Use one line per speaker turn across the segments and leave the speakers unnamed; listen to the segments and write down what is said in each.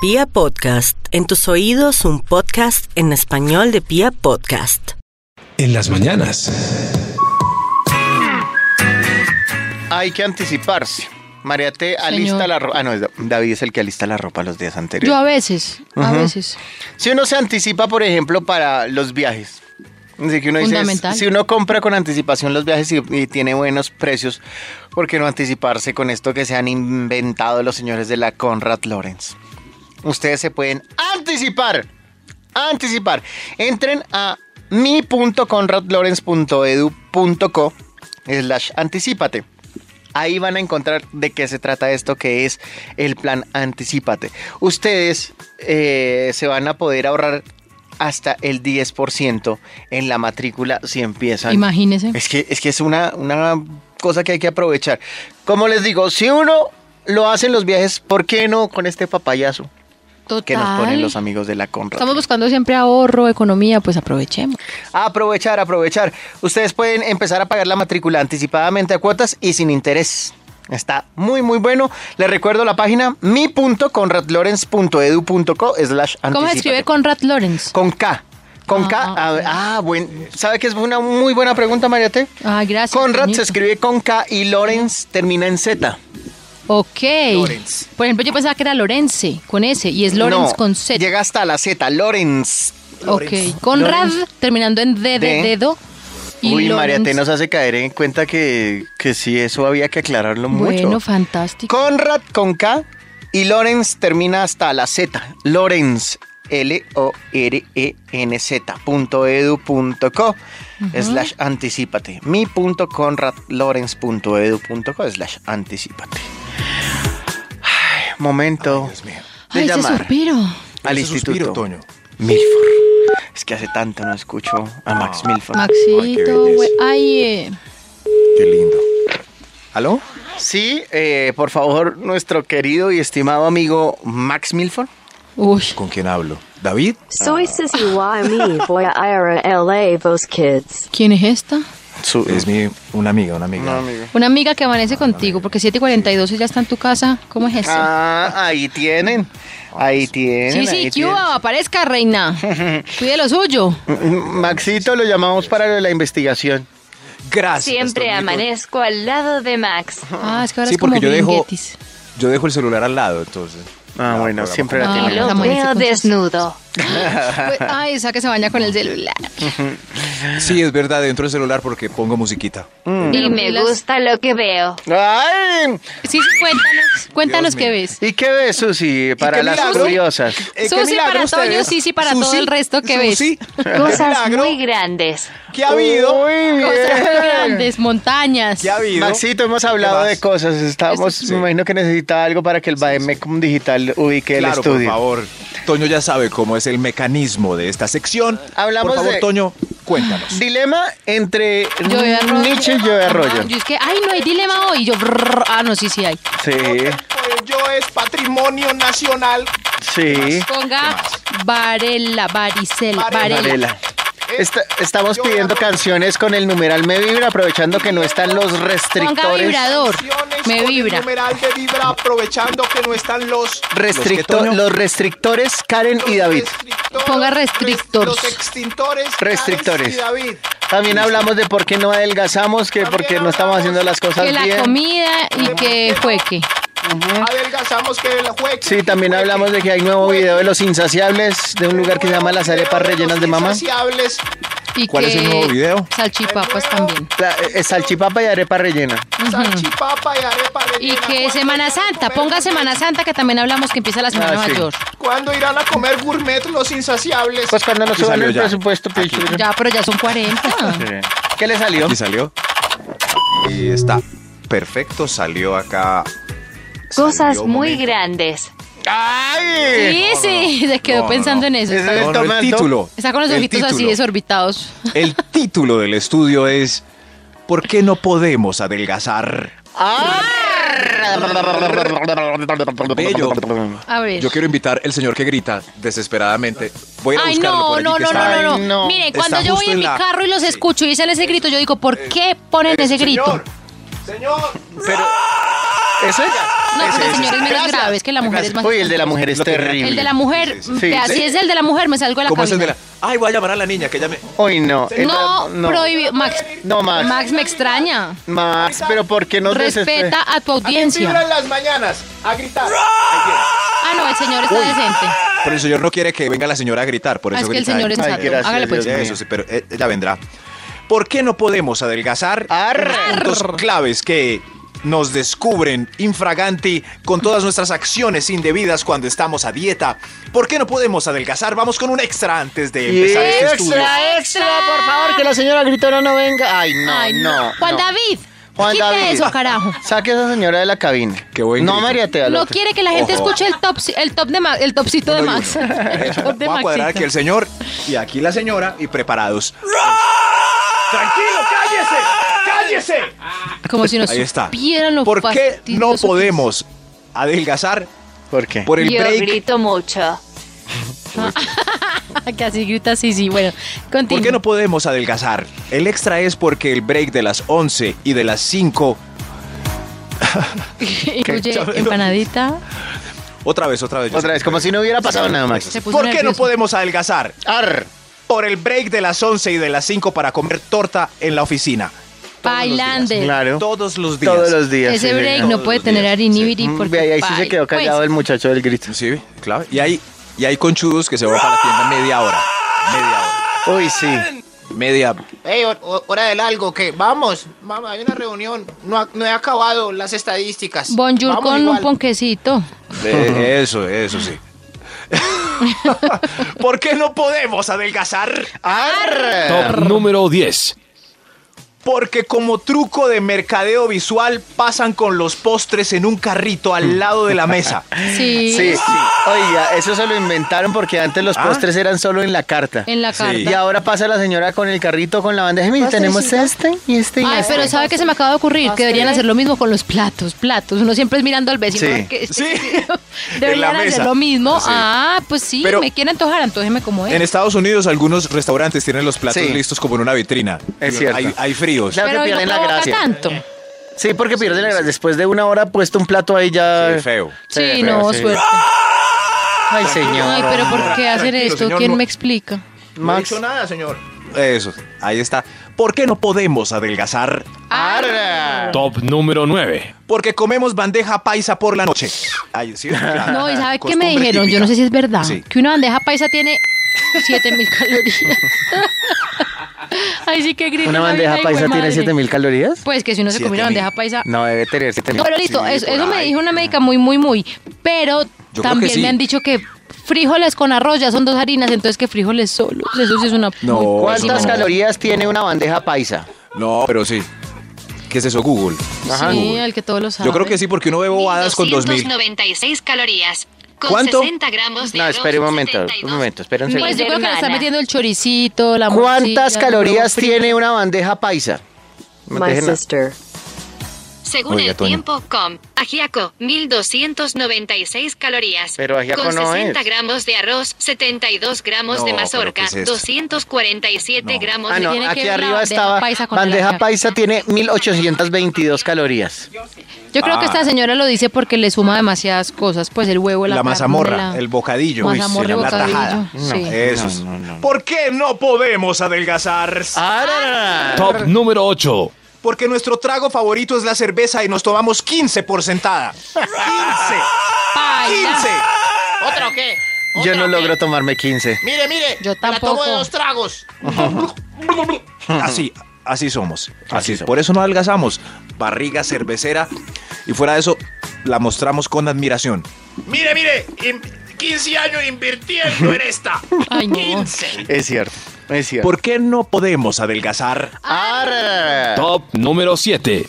Pia Podcast, en tus oídos un podcast en español de Pia Podcast.
En las mañanas.
Hay que anticiparse. Mariate alista
Señor.
la ropa. Ah, no, es Da- David es el que alista la ropa los días
Yo
anteriores.
a veces, a veces.
Si uno se anticipa, por ejemplo, para los viajes. Así que uno dice,
Fundamental.
si uno compra con anticipación los viajes y, y tiene buenos precios, ¿por qué no anticiparse con esto que se han inventado los señores de la Conrad Lawrence? Ustedes se pueden anticipar. Anticipar. Entren a mi.conradlawrence.edu.co slash anticipate. Ahí van a encontrar de qué se trata esto que es el plan Anticípate. Ustedes eh, se van a poder ahorrar hasta el 10% en la matrícula si empiezan.
Imagínese.
Es que es, que es una, una cosa que hay que aprovechar. Como les digo, si uno lo hace en los viajes, ¿por qué no con este papayazo
Total.
que nos ponen los amigos de la Conrad?
Estamos buscando siempre ahorro, economía, pues aprovechemos.
Aprovechar, aprovechar. Ustedes pueden empezar a pagar la matrícula anticipadamente a cuotas y sin interés. Está muy, muy bueno. Les recuerdo la página mi.conradlawrence.edu.co slash
¿Cómo se escribe Conrad Lawrence?
Con K. Con K.
Ah,
a ver, Ah, buen. ¿Sabe que es una muy buena pregunta, Mariate?
Ah, gracias.
Conrad se
Toñito.
escribe con K y Lawrence termina en Z.
Ok.
Lawrence.
Por ejemplo, yo pensaba que era Lawrence con S y es Lawrence
No,
con Z. Oh,
Llega hasta la Z. Lawrence. Lawrence.
Ok. Conrad
Lawrence.
terminando en D de
D.
dedo. Y
Uy, María,
Lawrence-
te nos hace caer en cuenta que, que sí, eso había que aclararlo mucho.
Bueno, fantástico.
Conrad con K y Lorenz termina hasta la Z. Lorenz, L-O-R-E-N-Z, E punto edu punto co, slash anticipate. Mi punto Conrad Lorenz punto edu punto co, slash anticipate. Ay, momento de
Ay, ese
llamar
suspiro.
al
Ese
instituto.
suspiro, Toño.
Milford. Es que hace tanto no escucho a Max
Ah.
Milford.
Ay, qué
Maxito,
belleza.
güey. Ay, eh,
Qué lindo. ¿Aló?
Sí, eh, por favor, nuestro querido y estimado amigo Max Milford.
Uy.
¿Con quién hablo? ¿David?
Soy Sissy YME voy a ir a LA Vos Kids.
¿Quién es esta?
Su-
Es mi, una amiga, una amiga.
No, amigo.
Una amiga que amanece contigo, porque 7 y 42 ella está en tu casa. ¿Cómo es eso?
Ah, ahí tienen. Ahí tienen.
Sí,
ahí
sí, que
tienen.
aparezca, reina. Cuide lo suyo.
Maxito lo llamamos para la investigación.
Gracias.
Siempre
Toñito.
amanezco al lado de Max.
Ah, es que ahora
Sí,
es como
porque yo dejo,
Bringuetis.
yo dejo el celular al lado, entonces.
Ah,
Ya,
bueno,
programa
siempre la
Ah,
tienen.
Lo
amanece
veo
con sus-
desnudo.
Pues, ay, esa que se baña con el celular.
Sí, es verdad, dentro del celular porque pongo musiquita.
Eh,
Y me
Las-
gusta lo que veo.
¡Ay!
Sí, sí, cuéntanos, cuéntanos
Dios
qué
mío.
ves.
¿Y qué ves, Susi, para
qué
las
milagro?
curiosas?
Eh, qué
Susi
milagro
para
ustedes.
Toño, Sisi para todo el resto, ¿qué ves?
Susi,
Cosas
milagro.
muy grandes.
¿Qué ha habido?
Muy
Cosas
bien.
grandes, montañas.
¿Qué ha habido?
Maxito, hemos hablado
más?
de cosas. Estábamos,
Sí.
me imagino que necesita algo para que el Bademecum Digital ubique el
claro,
estudio.
por favor. Toño ya sabe cómo es el mecanismo de esta sección.
Hablamos
por favor,
de-
Toño, cuéntanos.
Dilema entre
Yo
Mm,
de arroyo.
Nietzsche y yo de arroyo.
Ah, yo es que, ay, no hay dilema hoy. Yo, brrr, ah, no, sí, sí hay.
Sí,
Yo es patrimonio nacional.
sí.
Ponga Varela, Varicela, Varela.
Varela. Esta- estamos pidiendo canciones con el numeral Me Vibra, aprovechando que no están los
Ponga
restrictores.
vibrador. Me vibra.
aprovechando que no están los
Restricto-
Los que, Toño.
los restrictores Karen y David.
Ponga restrictores.
Los extintores.
Restrictores.
Karen y David.
También hablamos de por qué no adelgazamos, que por qué no estamos haciendo las cosas
Que la
bien.
comida y que jueque. Eh.
Adelgazamos que el juez.
Sí, también hablamos de que hay nuevo video de Los Insaciables, de un lugar que se llama Las Arepas Rellenas de Mamá.
Y
¿Cuál
que
es el nuevo video?
Salchipapas también.
La- eh, salchipapa y arepa rellena.
Salchipapa y arepa
Y
rellena.
que
¿Cuándo
Semana
irán a
Santa,
comer
ponga
gourmet?
Semana Santa que también hablamos que empieza la Semana
Ah, sí.
Mayor.
¿Cuándo irán a comer gourmet los insaciables?
Pues cuando nos
Aquí
suban
salió
el
ya.
presupuesto, pues, yo-
Ya, pero ya son 40.
¿qué le salió?
Y salió. Y está perfecto, salió acá.
Cosas
Salió un
muy
momento.
grandes.
¡Ay!
Sí, sí, se
No,
quedó
no,
pensando en eso.
Es
Está,
el-
No, no, el
Tomando.
título.
está con los
este El
ojitos así
título.
desorbitados.
El título del estudio es ¿Por qué no podemos adelgazar? Bello.
A ver.
Ah. Yo quiero invitar el señor que grita desesperadamente. Voy a ir a
Ay,
buscarlo
no,
por allí
no,
que
no,
está-
no, no,
Ay, no.
no. Miren,
Está
cuando yo voy
justo
en
en
mi
la-
carro y los
sí.
escucho y dicen ese grito, yo digo, ¿por qué ponen
Eh,
ese grito?
señor.
Señor,
Pero
¿Ese?
No,
Ese,
pero
ese,
el señor es menos
Gracias.
grave, es que la mujer es
Gracias.
más.
Uy, el de la mujer es
Lo tenía aquí.
terrible.
El de la mujer,
Sí, sí,
sí.
vea,
Sí.
si es el de la mujer, me salgo de la
¿Cómo es el de
cabina.
la.? Ay, voy a llamar a la niña que llame.
Uy, no. el-
No, prohibido. Max,
No, Max.
Max me extraña.
Max, pero ¿por qué nos este?
Respeta
desesper-
a tu
Aquí en Vibra
audiencia.
en las mañanas, a gritar.
Ah, no, el señor está decente.
Pero el señor no quiere que venga la señora a gritar, por
Ah,
eso
es que el
grita.
señor es
Ay,
sensato.
gracias,
Hágale,
Dios
pues.
mío. Eso sí, pero eh, ella vendrá. ¿Por qué no podemos adelgazar?
Arre.
Puntos claves que nos descubren infraganti con todas nuestras acciones indebidas cuando estamos a dieta. ¿Por qué no podemos adelgazar? Vamos con un extra antes de
Y
empezar este
extra,
estudio.
extra, por favor, que la señora gritona no venga. Ay, no,
Ay,
no.
Juan
no.
David.
Juan
quita
David.
eso, carajo.
Saque a esa señora de la cabina.
Qué buen
No,
grito.
María, te
No quiere que la gente
Ojo.
escuche el top, el top de Max, el topcito de
Uno y
Max.
uno.
El
Eso,
top de
Voy a cuadrar
Maxito.
aquí el señor y aquí la señora y preparados. ¡Tranquilo, cállese! ¡Cállese!
Como si nos
Ahí está.
supieran lo
¿Por qué no
fastidioso que
podemos adelgazar
¿Por qué?
por el
Yo
break?
grito mucho.
es. que así Ah, grita, sí, sí. Bueno, continúa.
¿Por qué no podemos adelgazar? El extra es porque el break de las 11 y de las 5...
Incluye empanadita.
Otra vez, otra vez. yo
Otra
sé.
vez, como si no hubiera pasado nada más.
Se puso
¿Por qué no
nervioso.
podemos adelgazar?
Ar.
Por el break de las 11 y de las 5 para comer torta en la oficina.
Bailander.
Claro.
Todos los días.
Todos los días.
Ese
sí,
break
señor.
no puede
Todos los
tener
días,
harinibiri
Mm,
porque...
ve ahí, ahí sí se
baila.
quedó callado
Pues,
el muchacho del grito.
Sí, claro. Y hay, y hay conchudos que se van para la tienda media hora. Media hora.
Uy, sí.
Media.
Ey, o- o- hora del algo, que vamos, mamá, hay una reunión, no, ha- no he acabado las estadísticas.
Bonjour
Vamos
con un
igual.
ponquecito.
Eh, eso, eso sí. ¿Por qué no podemos adelgazar?
Ar.
Top número 10.
Porque como truco de mercadeo visual pasan con los postres en un carrito
Mm.
al lado de la mesa.
Sí,
Sí, sí. Oiga, eso se lo inventaron porque antes los
¿Ah?
postres eran solo en la carta.
en la
Sí.
carta.
Y ahora pasa la señora con el carrito, con la bandeja. Mire, tenemos este y este y
Ay,
este.
pero ¿sabe qué se me acaba de
Ah,
ocurrir? Que deberían hacer lo mismo con los platos, platos. Uno siempre es mirando al vecino.
Sí.
que-
Sí. En la
Deberían hacer
mesa.
lo mismo.
Sí.
Ah, pues sí,
Pero-
me quieren antojar, antojeme como
En
es.
Estados Unidos algunos restaurantes tienen los platos
Sí.
listos como en una vitrina.
Es cierto.
Hay, hay fríos. Eh,
Claro
Pero
que
hoy no
pierden la
provoca
gracia.
tanto.
Sí, porque pierde la gracia. Después de una hora puesto un plato ahí ya.
Sí, feo.
Se ve
Sí,
feo,
no,
sí.
suerte.
Ay, señor.
Ay, pero ¿por qué hacer
Tranquilo,
esto?
señor,
¿Quién
no-
me explica?
No he
Max.
dicho nada, señor.
Eso, ahí está. ¿Por qué no podemos adelgazar? Ah,
Ah,
Arra.
Top número 9.
Porque comemos bandeja paisa por la noche. Ay, sí, claro.
No, ¿y sabe qué me
Costumbre
dijeron? Yo
típica.
no sé si es verdad.
Sí.
Que una bandeja paisa tiene 7000 calorías. Ay, sí que grito.
¿Una bandeja paisa tiene 7000 calorías?
Pues que si uno se come una
7000.
bandeja paisa.
No, debe tener
No,
7000.
pero listo,
Sí,
eso,
por
eso me
ahí.
dijo una médica muy, muy, muy. Pero
que
también
sí.
me han dicho que frijoles con arroz ya son dos harinas, entonces que frijoles solos. Eso sí es una.
No,
muy-
¿Cuántas
eso no.
calorías tiene una bandeja paisa?
No, pero sí. ¿Qué es eso, Google?
Ajá.
Sí, el que todos lo saben.
Yo creo que sí, porque uno ve bobadas con 2000.
296 calorías. Con
¿Cuánto?
60 gramos de
No, espere un momento, un momento, espere un
Pues
segundo.
yo creo que le está
Hermana.
metiendo el choricito, la
¿Cuántas
morcilla,
calorías
el huevo frito.
tiene una bandeja paisa? No
My
dejen nada.
sister.
Según
Oiga,
el
Toño.
tiempo com, ajiaco, 1296 calorías.
Pero ajiaco
con
no
60
es.
gramos de arroz, 72 gramos
No,
de
pero
mazorca,
¿qué es esto?
247
No.
gramos
Ah,
de
no,
tiene que
aquí
ver la
arriba
bandeja
estaba.
paisa con el
Bandeja
ajiaco.
paisa tiene 1822 calorías.
Yo creo que esta señora lo dice porque le suma demasiadas cosas, pues el huevo, la,
Ah. La
carne,
mazamorra,
la-
el bocadillo, uy,
mazamorra,
sí,
el
la eh.
bocadillo,
tajada.
sí.
Eso. es.
No, no, Ah. no.
¿Por qué no podemos adelgazar?
Arra.
Top número 8.
Porque nuestro trago favorito es la cerveza y nos tomamos 15 por sentada. ¡15!
Paila.
¡15!
¿Otra o qué?
Yo no
¿Otra o qué?
logro tomarme 15.
Mire, mire,
Yo
me la tomo de
tampoco.
dos tragos.
Así, así somos. Así,
Así somos.
Por eso no adelgazamos. Barriga cervecera. Y fuera de eso, la mostramos con admiración.
Mire, mire, in- 15 años invirtiendo en esta.
Ay, no.
15.
Es cierto, es cierto.
¿Por qué no podemos adelgazar?
Arra.
Top número 7.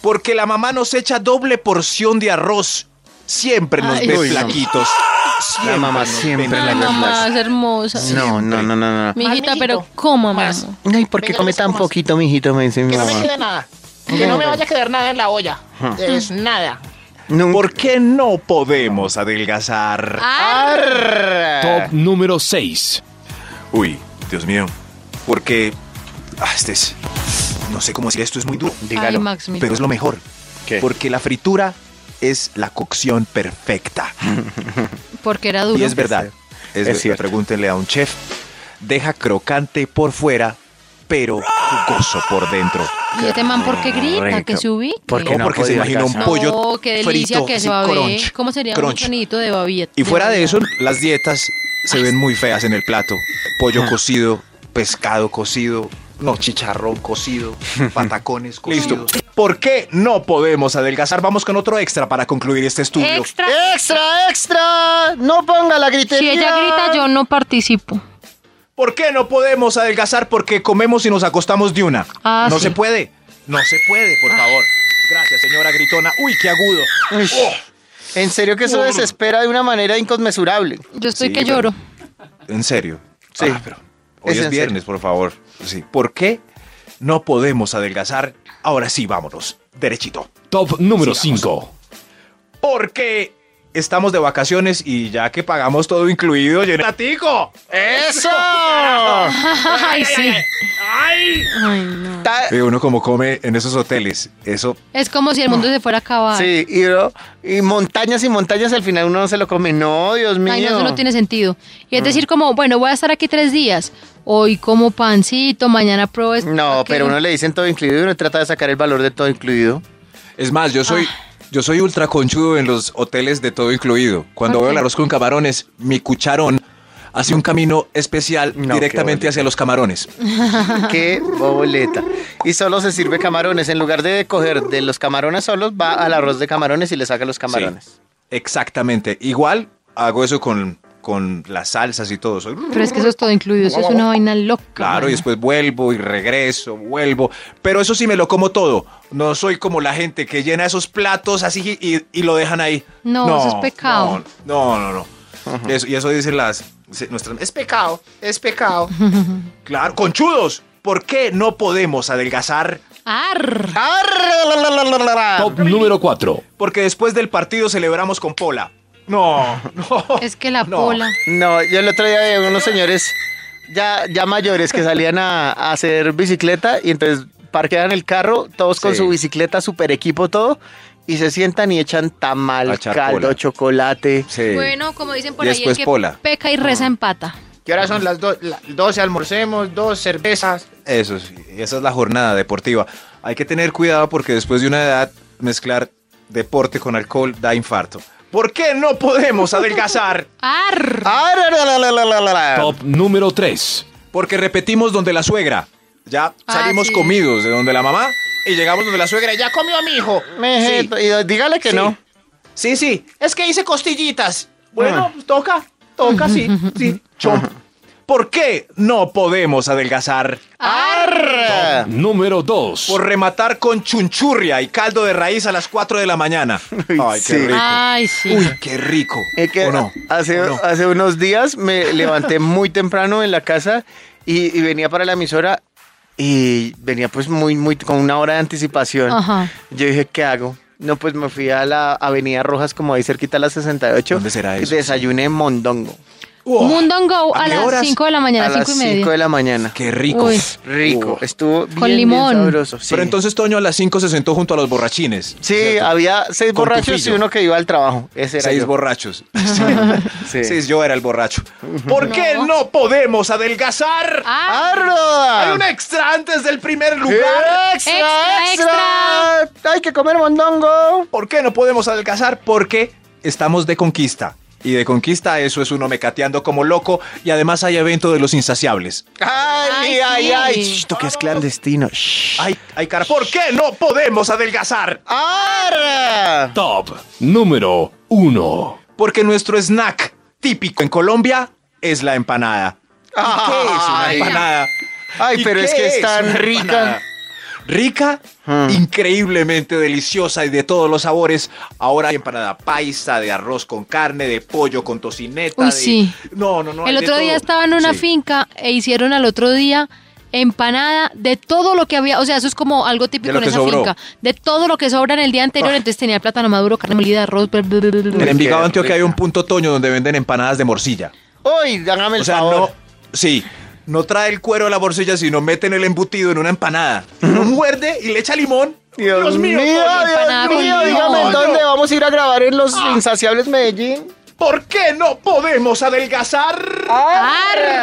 Porque la mamá nos echa doble porción de arroz. Siempre nos
Ay,
ve
uy, no.
flaquitos. Siempre
La mamá
nos
siempre
ven
la
Ay,
Las
mamá,
más.
es hermosa.
No, no, no, no, no.
Mijita,
Amiguito,
pero coma,
más.
mamá.
Ay, ¿por qué
Venga,
come
los
tan
comas.
poquito, mijito? Me dice mi
Que no me
mamá.
quede nada. Que no me vaya a quedar nada en la olla. Es
Mm.
nada.
Nunca.
¿Por qué no podemos adelgazar?
Ah.
Top número 6.
Uy, Dios mío. Porque. ah, este es. No sé cómo decir esto, es muy duro.
Ay, Max, mira.
Pero es lo mejor.
¿Qué?
Porque la fritura es la cocción perfecta.
Porque era duro.
Y es verdad. Es,
Es
verdad.
cierto.
Pregúntenle a un chef. Deja crocante por fuera, pero jugoso por dentro.
Y este man, ¿por qué grita?
Rico.
Que se ubique.
¿Por qué
No,
no
porque
ha
se
podido
imagina un
alcanzar.
pollo
No, qué delicia
frito,
que
así,
se va a ver.
crunch,
¿Cómo sería
crunch.
un sonidito de babilla?
Y fuera de eso, las dietas se ven muy feas en el plato. Pollo cocido, pescado cocido, no, chicharrón cocido, patacones cocidos. Listo. ¿Por qué no podemos adelgazar? Vamos con otro extra para concluir este estudio.
Extra.
¡Extra, extra! ¡No ponga la gritería!
Si ella grita, yo no participo.
¿Por qué no podemos adelgazar? Porque comemos y nos acostamos de una.
Ah,
no
sí. Ah.
se puede. No se puede, por favor. Gracias, señora gritona. Uy, qué agudo.
Uy, Oh. En serio que eso desespera de una manera inconmensurable.
Yo estoy
Sí,
que
pero-
lloro.
En serio.
Sí.
Ah, pero hoy
Es
es,
en
viernes, por favor. Sí. ¿Por qué no podemos adelgazar? Ahora sí, vámonos. Derechito.
Top número
Sigamos.
5.
Porque estamos de vacaciones y ya que pagamos todo incluido, llenatico.
¡Eso!
Ay, sí. Ay, no.
Ta-
Y Eh, uno como come en esos hoteles, eso
Es como si el mundo se fuera a acabar.
Sí, y, bro, y montañas y montañas al final uno no se lo come. No, Dios mío.
Ay, no, eso no tiene sentido. Y
Mm.
es decir, como, bueno, voy a estar aquí tres días. Hoy como pancito, mañana pruebo esto,
No,
aquello.
pero uno le dicen todo incluido y uno trata de sacar el valor de todo incluido.
Es más, yo soy,
Ah.
yo soy ultra conchudo en los hoteles de todo incluido. Cuando
¿Por
veo
qué?
el arroz con camarones, mi cucharón hace un camino especial
No, qué
directamente
boleta.
hacia los camarones.
¡Qué boleta! Y solo se sirve camarones. En lugar de coger de los camarones solos, va al arroz de camarones y le saca los camarones.
Exactamente. Igual hago eso con, con las salsas y todo. Soy-
Pero es que eso es todo incluido, eso es una vaina loca.
Claro,
mano.
y después vuelvo y regreso, vuelvo. Pero eso sí me lo como todo. No soy como la gente que llena esos platos así y, y lo dejan ahí.
No, eso es pecado.
No, no, no. no. Eso- y eso dicen las... Nuestras,
Es pecado, es pecado.
Claro, conchudos. ¿Por qué no podemos adelgazar?
Arr.
Top número 4.
Porque después del partido celebramos con Pola. No, no.
Es que la
no.
pola.
No, yo el otro día vi unos señores ya, ya mayores que salían a, a hacer bicicleta y entonces parquean el carro, todos con
Sí.
su bicicleta, super equipo, todo, y se sientan y echan
A
tamal,
echar
caldo,
pola.
chocolate.
Sí.
Bueno, como dicen por
Eh, Y
ahí, el
después
que
pola.
peca y reza empata.
¿Qué hora son las do- la- 12? Almorcemos, dos cervezas.
Eso sí, esa es la jornada deportiva. Hay que tener cuidado porque después de una edad mezclar deporte con alcohol da infarto. ¿Por qué no podemos adelgazar?
Arr.
Ah,
Arrarararararara.
Top número 3.
Porque repetimos donde la suegra. Ya
Ah,
salimos
sí.
comidos de donde la mamá y llegamos donde la suegra.
Suegra, ya comió a mi hijo.
Mejeto, y dígale que
Sí.
no.
Sí, sí,
Es que hice costillitas.
Bueno, pues, toca, toca, sí, sí. chom. ¿Por qué no podemos adelgazar?
Arra.
Número 2.
Por rematar con chunchurria y caldo de raíz a las 4 de la mañana.
Uy,
Ay,
sí.
qué rico.
Ay, Ah, sí.
Uy, qué rico.
Es que
¿O no?
hace,
¿O no?
hace unos días me levanté muy temprano en la casa y, y venía para la emisora y venía pues muy, muy con una hora de anticipación.
Ajá.
Yo dije, ¿qué hago? No, pues me fui a la Avenida Rojas, como ahí cerquita a la 68.
¿Dónde será eso?
Desayuné en mondongo.
Oh,
Mundo on Go
¿a
a
qué
las
horas?
5 de la mañana,
a
5
las
y media.
5 de la mañana.
Qué rico.
Uy.
Rico. Estuvo bien,
Con
bien
limón.
sabroso. Sí.
Pero entonces Toño a las 5 se sentó junto a los borrachines.
Sí,
¿cierto?
había seis
Con
borrachos y
tufillo.
uno que iba al trabajo. Ese era
Seis
yo.
borrachos.
Sí.
Sí, yo era el borracho. ¿Por qué no podemos adelgazar?
Ah,
¡Arda!
Hay un extra antes del primer lugar.
Extra, extra.
extra! Hay que comer mondongo.
¿Por qué no podemos alcanzar? Porque estamos de conquista. Y de conquista eso es uno mecateando como loco y además hay evento de los insaciables.
Ay,
Ay,
ay,
sí.
ay. Shh, Esto que es clandestino. Shh.
Ay, ay, cara, ¿por qué no podemos adelgazar?
¡Arra!
Top número 1.
Porque nuestro snack típico en Colombia es la empanada. ¿Y ¿Qué es una
Ay.
empanada?
Ay,
¿Y
pero
qué
es que es tan
una
rica.
empanada? Rica,
Hmm.
increíblemente deliciosa y de todos los sabores. Ahora hay empanada paisa, de arroz con carne, de pollo con tocineta.
Uy,
de-
sí.
No, no, no.
el
hay de
otro día
todo.
estaba en una
Sí.
finca e hicieron al otro día empanada de todo lo que había, o sea, eso es como algo típico
lo
en
que
esa
sobró. Ah.
finca, de todo lo que sobra en el día anterior, entonces tenía plátano maduro, carne molida, arroz, bla, bla, bla, bla,
En
bla.
Envigado,
Qué
Antioquia, hay un
rica.
punto otoño donde venden empanadas de morcilla.
Uy, hágame el
O sea,
favor.
no. Sí. No trae el cuero de la morcilla, sino meten el embutido en una empanada. Lo muerde y le echa limón.
Dios, mío,
Empanada
Dios
con
mío,
limón.
dígame
No,
dónde
yo-
vamos a ir a grabar en los insaciables Medellín.
¿Por qué no podemos adelgazar?
Arre.